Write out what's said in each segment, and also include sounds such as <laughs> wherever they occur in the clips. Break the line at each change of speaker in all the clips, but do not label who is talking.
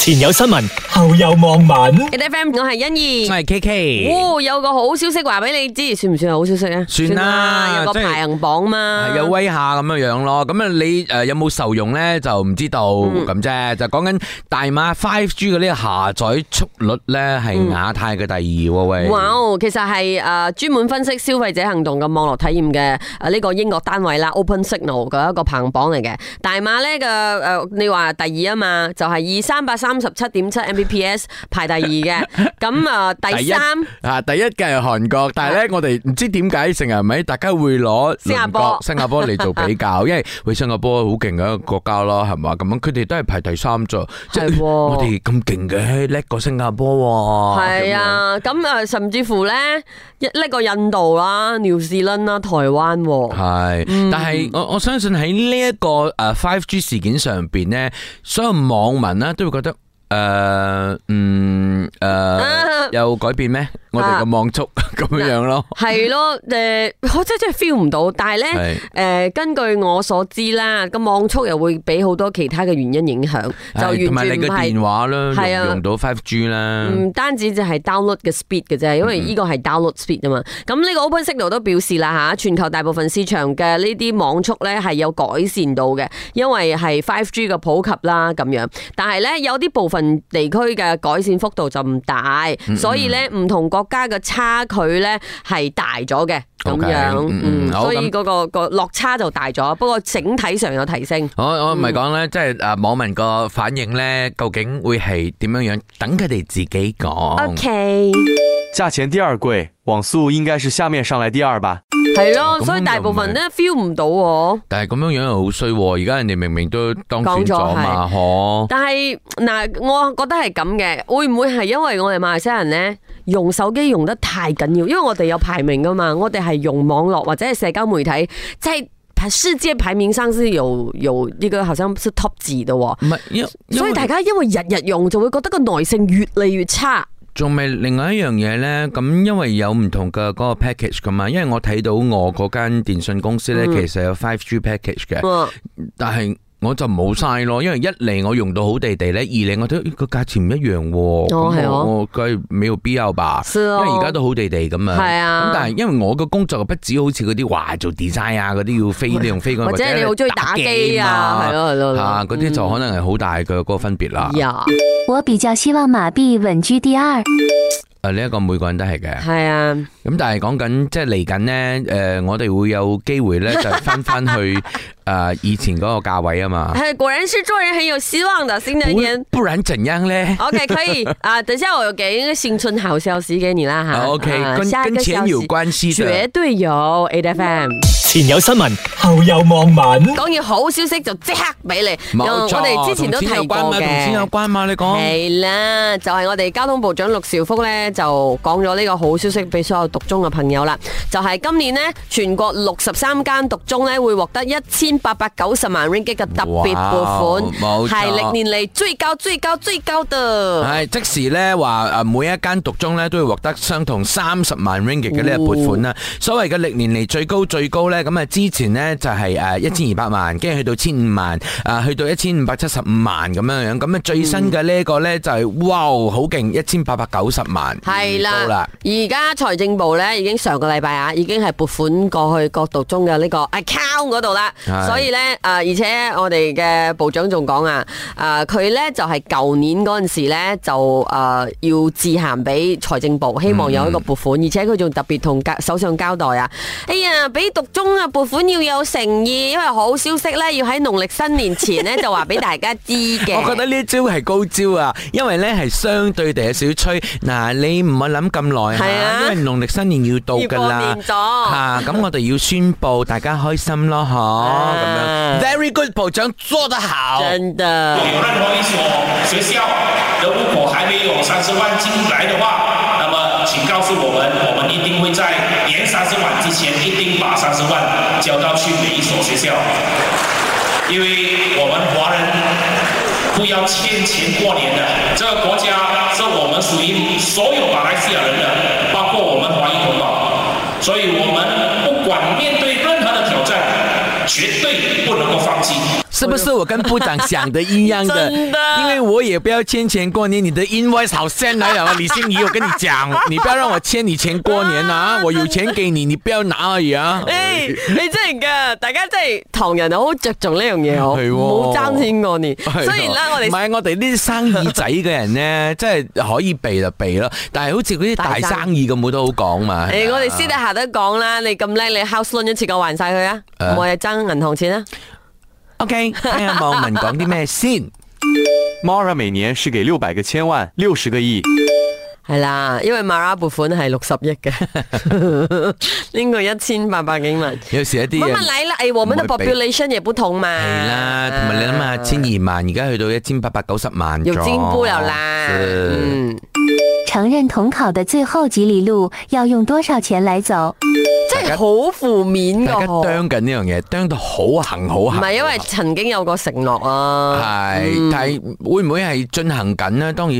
前有新聞，後有網民。
A F M，我係欣怡
我。係 K K，
哦，有個好消息話俾你知，算唔算係好消息啊？
算啦
有個
即係
排行榜嘛。
有啊威下咁樣樣咯。咁啊，你誒有冇受用咧？就唔知道
嗯
咁啫。就講緊大馬 5G 嘅呢個下載速率咧，係亞太嘅第二喎喂。
嗯哇哦，其實係誒專門分析消費者行動嘅網絡體驗嘅誒呢個英國單位啦，Open Signal 嘅一個排行榜嚟嘅。大馬呢嘅誒，你話第二啊嘛，就係二三百三十七點七 Mbps 排第二
<laughs>
嘅。咁啊第
第一
三啊
啊，第一嘅係韓國，但係咧，我哋唔知點解成日咪大家會攞
新加坡
鄰國新加坡嚟做比
<laughs>
較，因為喂新加坡好勁嘅一個國家啦，係嘛？咁樣佢哋都係排第三啫，即
係
係
喎
我哋咁勁嘅，叻過新加坡喎。
係啊，咁啊甚至乎呢，一呢個印度啦、New Zealand 啦、台灣喎。
系，但係我我相信喺呢一個诶 5G 事件上边咧，所有網民咧都會覺得诶、呃嗯诶、呃
啊
有改變咩？我哋
<laughs>
嘅網速咁樣樣咯，
係咯，诶、我真真係 feel 唔到，但係咧，
係
诶、根據我所知啦，個網速又會俾好多其他嘅原因影響，就
係同埋
完全
你
唔
嘅
係
電話啦，
係
用
啊
用到 5G 啦。
唔單止就係 download 嘅 speed 嘅啫，因
嗯
為呢個係 download speed 啊嘛。咁呢個 OpenSignal 都表示啦吓，全球大部分市場嘅呢啲網速咧係有改善到嘅，因為係 5G 嘅普及啦咁樣。但係咧有啲部分地區嘅改善幅度就唔大，
嗯
所以咧唔同國家嘅差距咧係大咗嘅。咁
OK，
樣，
嗯嗯
嗯，
好
所以
咁
嗰個個落差就大咗，不過整體上有提升。
我我唔係講咧，即係诶網民個反應咧，究竟會係點樣樣？等佢哋自己講。
OK，
价钱第二贵，网速应该是下面上来第二吧。
係咯，
哦咁
所以大部分咧 feel 唔到喎。
但係咁樣樣又好衰喎，而家人哋明明都當選咗嘛，
<laughs>
嗬。
但係嗱，我覺得係咁嘅，會唔會係因為我哋馬來西亞人呢，用手機用得太緊要？因為我哋有排名噶嘛，我哋係用網絡或者係社交媒體，即係世界排名上是有有呢個好像是 top 字的喎。
唔係，因因
所以
為
大家因為日日用，就會覺得個耐性越嚟越差。
仲咪另外一樣嘢呢？咁因為有唔同嘅嗰個 package 噶嘛，因為我睇到我嗰間電信公司呢，
嗯
其實有 5G package 嘅，
嗯
但係我就冇晒咯，因為一嚟我用到好地地呢，二嚟我睇咦個價錢唔一樣喎，
哦係
咁
哦
我我梗係沒有必要吧，
是
因
哦
為而家都好地地咁啊。
係
咁
啊，
但係因為我嘅工作不止好似嗰啲話做 design 啊嗰啲要飛呢用飛嗰啲，
或者你好中意打機啊，係
係
咯係嗯咯係咯，
啊嗰啲啊就可能係好大嘅嗰個分別啦
嗯。呀，
我比较希望马币稳居第二。
誒啊呢一個每個人都係嘅。
係啊，
咁但係講緊即係嚟緊呢，诶、我哋會有機會呢，
<laughs>
就翻翻去诶、呃以前嗰個價位啊嘛。
哎果然是做人很有希望的，新的一
不
年。
不然怎樣呢？
OK，可以啊，等一下我有给一个新春好消息给你啦哈。
啊 OK，
啊
跟
下一
跟
个消
錢
息
有關係
绝
的。
對有 A F M。
前有新聞，後有網民。
講完好消息就即刻俾你。嗯
冇
我
錯
哋之前都提過
同錢有關嘛同錢有
嘅。
關嘛？你講
係啦，就係我哋交通部長陸兆福呢，就講咗呢個好消息俾所有讀中嘅朋友啦。就係今年呢，全國六十三間讀中呢會獲得一千八百九十萬 ringgit 嘅特別撥
哇冇
款，
錯
係歷年嚟最高、最高、最高的。
係即時呢話诶，呃每一間讀中呢都會獲得相同三十萬 ringgit 嘅呢
哦
個撥款啦。所謂嘅歷年嚟最高最高呢，咁啊之前呢就係诶一千二百萬，跟住去到千五萬，啊去到一千五百七十五萬咁樣樣。咁啊最新嘅呢一個呢，就係哇好勁，一千八百九十萬，
系
高啦
啦。，而家財政部咧已經上個禮拜啊，已經係撥款過去各讀中嘅呢個 account 嗰度啦
係。
所以咧，诶、而且我哋嘅部長仲講啊，诶、佢咧就係舊年嗰阵时咧就诶、呃要致函俾財政部，希望有一個撥
嗯
款，而且佢仲特別同交首相交代啊，哎呀，俾讀中啊撥款要有誠意，因為好消息咧要喺農曆新年前咧就話俾大家知嘅。
<laughs> 我覺得呢一招係高招啊，因為呢係相對地係少吹。嗱，你唔好諗咁耐
係啊
嚇，因為農曆新年要到
要
㗎
過
啦
年。
<laughs>
咗。
吓，咁我哋要宣布，大家開心咯，嗬，咁樣
啊
Very good，部長做得好。
真的。
有任何一所学校的入口还没有三十万进来的话，那么请告诉我们，我们一定会在年三十晚之前，一定把三十万交到去每一所学校，因为我们华人不要欠钱过年的，这个国家是我们属于所有马来西亚人的，包括我们华裔同胞，所以我们不管面对任何的挑战，绝对不能够放弃。
是不是我跟部长想的一样的？
真的
因为我也不要欠钱过年，你的 invoice 好 send 来了啊，李心怡，我跟你讲，
<laughs>
你不要让我欠你钱过年啊，我有钱给你，你不要拿而
<laughs>
已啊。
诶，你真系噶，大家真系唐人好着重呢样嘢，
係喎
唔好争錢過年。
係啊
雖然啦，我
唔
哋
係我哋呢啲生意仔嘅
<laughs>
人咧，即係可以避就避啦。但係好似嗰啲大
大
生意咁，冇得好講嘛。啊
诶，我哋私底下都講啦，你咁叻，你 house loan 一次夠還晒佢啊，
誒
我哋爭銀行錢啊。
OK，睇下網民講啲咩先。
Mara 每年是给六百个千万、六十个亿。
係啦，因為 Mara 撥款係六十億嘅，拎過一千八百幾萬。
有時一啲
慢
嘢
慢嚟啦，诶，我們的
唔會避
population 也不同嘛。
係啦，同埋你
à.
諗下，千二萬而家去到一千八百九十萬，
有進步了啦。
是
嗯，
承认统考的最后几里路要用多少钱来走？
真係好負面
大
㗎。
家
嗬
啄緊呢樣嘢，啄到好行好
唔
行。
係因為曾經有個承諾啊，
係，但係會唔會係進行緊呢？當然，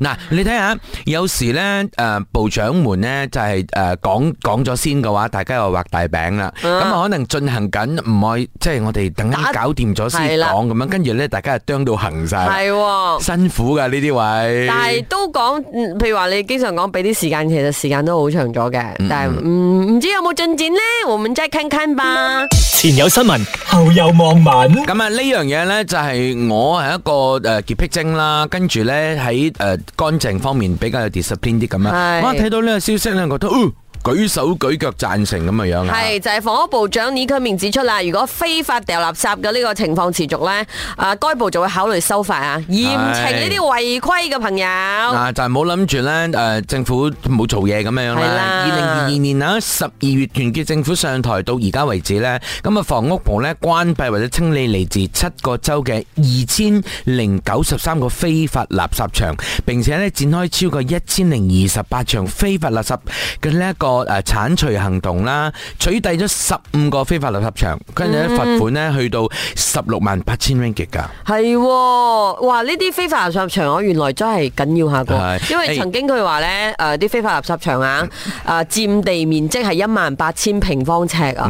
嗱，你睇下，有時呢，诶、部長們呢，就係诶講讲咗先嘅話，大家又畫大餅啦。咁啊，可能進行緊，唔係即係我哋等緊
打
搞掂咗
係
先
啦
講咁樣，跟住呢，大家就啄到行晒啦，
係喎。
辛苦㗎呢啲位。
但係都講，嗯譬如話你經常講俾啲時間，其實時間都好長咗嘅。但係唔唔知有冇進展呢？我們再看看吧。
前有新闻，後有網民。
咁啊呢樣嘢呢，就係我係一個诶洁癖精啦，跟住呢，喺诶干净方面比較有 discipline 啲咁啊。
係
哇！睇到呢個消息呢，覺得，哦，舉手舉腳贊成咁嘅樣啊。
係就係房屋部長倪可明指出啦，如果非法掉垃圾嘅呢個情況持續呢，啊該部就會考慮修法啊，嚴懲呢啲違規嘅朋友。
嗱，就係冇諗住咧，誒、政府冇做嘢咁樣樣
係
啦
啦。
二零二二年啊，十二月團結政府上台到而家為止咧，咁啊房屋部咧關閉或者清理嚟自七個州嘅二千零九十三個非法垃圾場，並且咧展開超過一千零二十八場非法垃圾嘅呢一個誒剷除行動啦，取締咗十五個非法垃圾場，跟住咧罰款咧去到十六萬八千 ringgit 㗎。
係喎，哇！呢啲非法垃圾場我原來真係緊要下過，
係哎嗯
因為
誒
曾經佢話呢，誒、啲非法垃圾場啊，誒、佔地面積係一萬八千平方尺啊，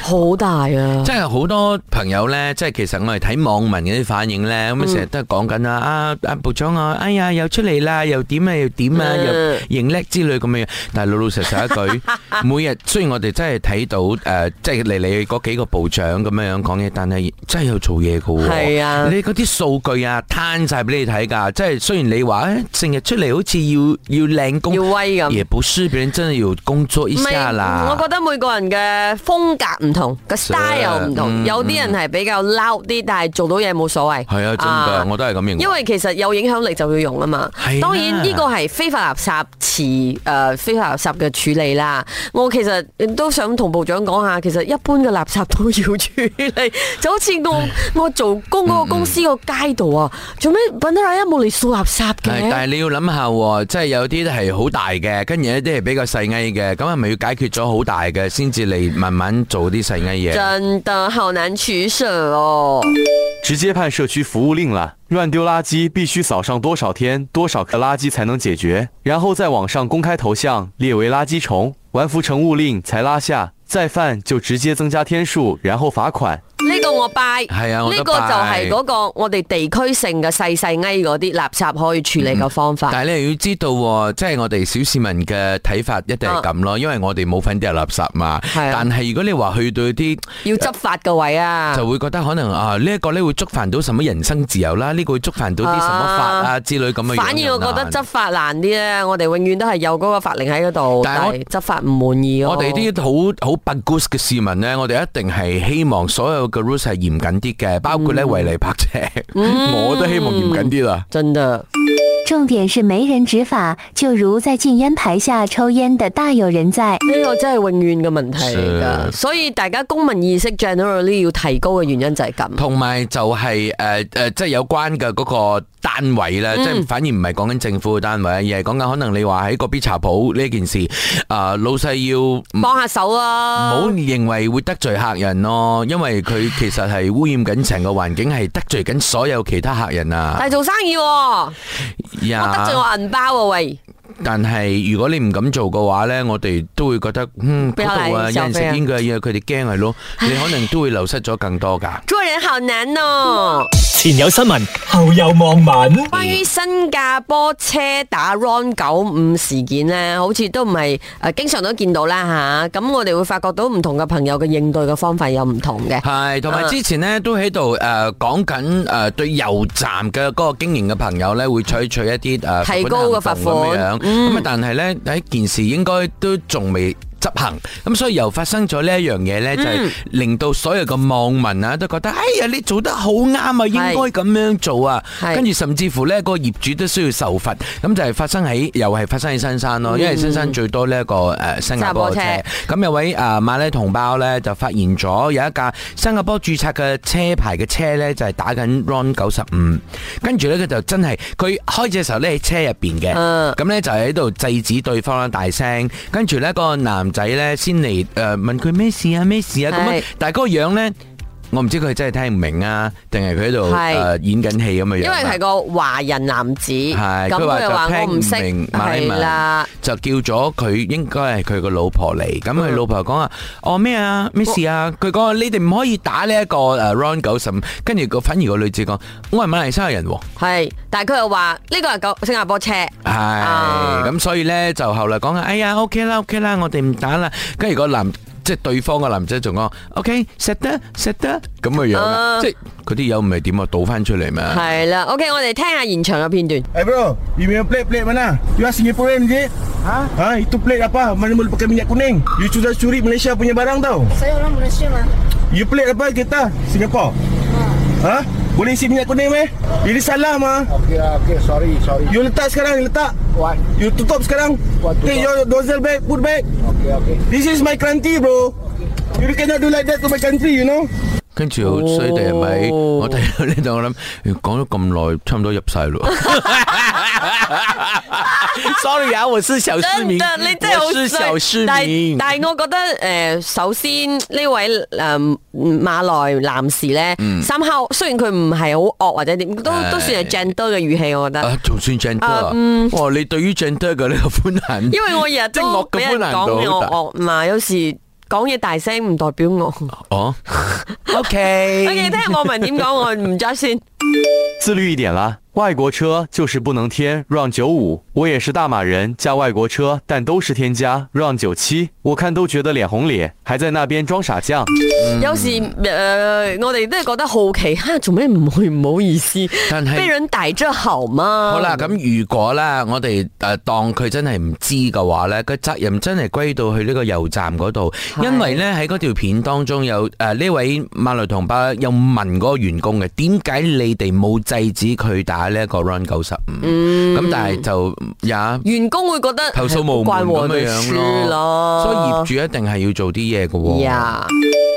好、大啊！
即嗯係好多朋友咧，即係其實我哋睇網民嗰啲反應咧，
嗯
咁啊成日都係講緊啦，啊啊部長啊，哎呀又出嚟啦，又點啊又點啊，
嗯
又認叻之類咁嘅樣。但係老老實
<laughs>
實一句，每日雖然我哋真係睇到誒、呃即係嚟嚟去嗰幾個部長咁樣樣講嘢，但係真係有做嘢嘅喎。
係啊
你嗰啲數據啊攤晒俾你睇㗎，即係雖然你話誒成日出嚟好似要要靚
要
工，
威咁，
也不是，別人真係要工作一
唔係
下啦。
我覺得每個人嘅風格唔同，個 style 又唔同，
嗯
有啲人係比較 loud 啲，但係做到嘢冇所謂。
係啊，真㗎，我都係咁認為
因。為其實有影響力就要用啊嘛
係啦。
當然呢個係非法垃圾持誒、呃非法垃圾嘅處理啦。我其實都想同部長講下，其實一般嘅垃圾都要處理， <laughs> 就好似我我做工
嗯
嗰個公司個街道啊，做咩揾得阿一冇嚟掃垃圾
係但
嘅？
係你要諗下喎，即係有啲係好大嘅，跟住有啲係比較細矮嘅，咁係咪要解決咗好大嘅先至嚟慢慢做啲細矮嘢？
真的好難取捨哦！
直接判社区服务令了。乱丢垃圾必须扫上多少天、多少克垃圾才能解决，然后在网上公开头像，列为垃圾虫，完服成物令才拉下。再犯就直接增加天数，然后罚款。
呢個我拜，
係啊我都
呢個就係嗰個我哋地區性嘅細細埃嗰啲垃圾可以處理嘅方法。
嗯但係你又要知道喎，即係我哋小市民嘅睇法一定係咁咯，因為我哋冇份掉垃圾嘛。
係啊
但係如果你話去到啲，
要執法嘅位啊，
就會覺得可能啊呢一個咧會觸犯到什麼人身自由啦，呢個會觸犯到啲什麼法啊
啊
之類咁嘅樣。
反而我覺得執法難啲咧，我哋永遠都係有嗰個法令喺嗰度，
但
但
係我
係執法唔滿意咯
我哋啲好好 b 骨嘅市民呢，我哋一定係希望所有嘅 rules 係嚴謹啲嘅，包括咧違例泊車， <laughs> 我都希望嚴謹啲啦。
真的
重点是没人执法，就如在禁烟牌下抽烟的大有人在。
呢個真係永遠嘅問題嚟㗎，所以大家公民意識 generally 要提高嘅原因就係咁。
同埋就係誒誒，即係有關嘅嗰個單位咧，即係反而唔係講緊政府嘅單位，而係講緊可能你話喺個 B 茶鋪呢件事，啊老細要唔
幫下手
唔
啊！
好認為會得罪客人咯，因為佢其實係污染緊成個環境，係得罪緊所有其他客人啊！
但係做生意喎，我
呀
得罪我銀包啊喂！
但係如果你唔敢做嘅話咧，我哋都會覺得嗯
不要
嗰度啊，
嚟
有人食
消費啊
煙嘅嘢，佢哋驚係咯，你可能都會流失咗更多㗎。
做人好難哦。
前有新聞，後有網民。
關於新加坡車打 RON 九五事件呢，好似都唔係誒經常都見到啦吓。咁、我哋會發覺到唔同嘅朋友嘅應對嘅方法有唔同嘅。
係，同埋
啊
之前咧都喺度誒講緊誒對油站嘅嗰個經營嘅朋友咧，會採取一啲呃誒
提高嘅罰款嗯
咁樣。咁啊，但係咧喺件事應該都仲未。執行咁，所以又發生咗呢一樣嘢呢，就
嗯
係令到所有嘅網民啊都覺得，哎呀，你做得好啱啊，應該咁樣做啊，
係
跟住甚至乎呢個業主都需要受罰，咁就係發生喺又係發生喺新山咯，因為新山最多呢一個誒新加坡嘅
嗯新加坡
車
車。
咁有位啊馬拉同胞咧就發現咗有一架新加坡註冊嘅車牌嘅車咧就係打緊 RON 九十五，跟住咧佢就真係佢開嘅時候咧喺車入邊嘅，
嗯
咁咧就喺度制止對方啦大聲，跟住咧個男仔咧先嚟誒問佢咩事啊咩事啊咁樣
係，
但係嗰個樣咧。我唔知佢真係聽唔明啊，定係佢喺度
係
誒演緊戲咁嘅樣啊。
因為係個華人男子，咁
係佢話
佢又話
就
我唔識
聽唔明，馬來文
係啦，
就叫咗佢，應該係佢個老婆嚟。咁佢老婆講啊，哦咩啊，咩事啊？佢講你哋唔可以打呢一個誒 round 九十五，跟住個反而個女子講，我係馬來西亞人喎。
係，但係佢又話呢個係舊新加坡車，啊
係，咁所以咧就後來講啊，哎呀，OK 啦，OK 啦，我哋唔打啦。跟住個男，即係對方個男仔仲講，OK，食得食得咁嘅樣啦，
啊
即係佢啲友唔係點啊，倒翻出嚟咩？
係啦。OK，我哋聽下現場嘅片段。
Eh bro, you punya plate plate mana? You are Singaporean is it? Ha? Ha, itu plate apa? Mana boleh pakai minyak kuning? You sudah curi Malaysia punya barang tau.
Saya orang Malaysia mah.
You plate apa kita? Singapore. Ha? Boleh isi minyak kuning meh? Ini salah mah.
Okay lah, okay, sorry, sorry.
You letak sekarang, you letak.
What?
You tutup sekarang.
What tutup?
Take your dozel bag, put back.
Okay, okay.
This is my country, bro. You cannot do like that to my country, you know?
跟住好衰地係咪？
哦
我睇到呢度，我諗講咗咁耐，差唔多入晒咯。Sorry 啊，我是小市
真
民，
的，你真係好
我是小
衰。
市
但係
民。
但係我覺得诶、呃首先呢位诶马来男士咧，
嗯
三口雖然佢唔係好惡或者點，都
唉
都算係 gentle 嘅語氣，我覺得。
啊，仲算 gentle 啊
啊嗯！
哇，你對於 gentle 嘅呢個寬限，
因為我日日
<laughs> 即係
都
惡嘅
俾
寬
人
限
講
度好大
我惡嘛，有時講嘢大聲唔代表我。
哦，OK， <laughs>
OK，聽下網民點講，我唔 judge 先。
自律一点啦。外国车就是不能添 RON 九五，我也是大马人驾外国车，但都是添加 RON 九七，我看都觉得脸红脸，还在那边装傻酱。
有時诶、呃我哋都係覺得好奇，吓做咩唔去？唔好意思，
但係
被人逮咗好嗎？
好啦，咁如果啦，我哋誒當佢真係唔知嘅話咧，個責任真係歸到去呢個油站嗰度，
係
因為咧喺嗰條片當中有誒呢位馬來同胞有問嗰個員工嘅，點解你哋冇制止佢打呢一個 run 九十五？
嗯
咁但係就呀
員工會覺得
投訴無門
關我
咁
哋
樣
事
樣
咯，
所以業主一定係要做啲嘢嘅喎。
哦呀，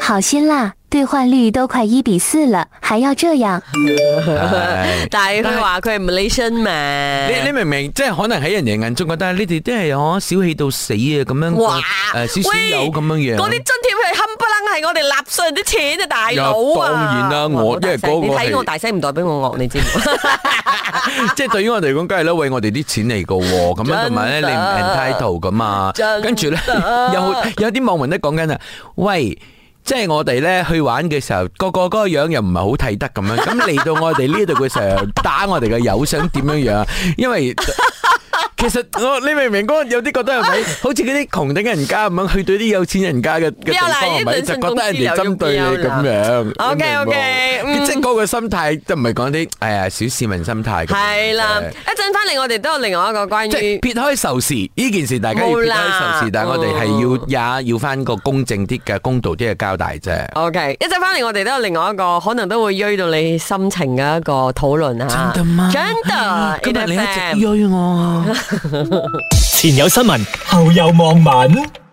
好心啦，兑换率都快一比四了，还要这样？
係
<laughs> 但係佢話佢係 Malaysian 嘛，
你你明唔明？即係可能喺人哋眼中覺得你哋都係我小氣到死啊咁樣，
哇
誒少少
喂
有咁樣樣。
嗰啲津貼係冚唪唥係我哋納税人啲錢啊，大佬啊！
呀當然啦
哇
我
好大聲
因為
你
嗰個係
睇我大聲唔代表我惡，你知唔
<laughs>
知？ <laughs>
即係對於我哋嚟講，梗係啦，喂，我哋啲錢嚟噶喎，咁樣同埋咧，
真
你唔
㗎
entitle 噶嘛
真，
跟住咧 <laughs>
㗎
有有啲網民都講緊啊，喂。即係我哋咧去玩嘅時候，個個嗰個樣又唔係好睇得咁
<laughs>
樣，咁嚟到我哋呢度嘅時候，打我哋嘅友想點樣樣啊？
<laughs>
因為其實我你明唔明嗰個有啲覺得係咪？好似嗰啲窮頂人家咁樣，去到啲有錢人家嘅嘅
邊
地
有
方
啊嗱
係咪？
呢
就
啲
覺得人哋針對你咁
信
樣。
OK，OK，
你明冇
嗯
即係嗰個心態，都唔係講啲哎呀小市民心態咁樣。
係啦，
誒
一陣翻嚟我哋都有另外一個關
即係
於。
撇開仇視呢件事，大家要撇
冇啦
開仇視，但係我哋係
嗯
要也要翻個公正啲嘅、公道啲嘅交代啫。
OK，一陣翻嚟我哋都有另外一個可能都會追到你心情嘅一個討論嚇。
真的嗎啊
真的，
今日你一
8FM
哎直追我啊。
前有新聞，後有網民。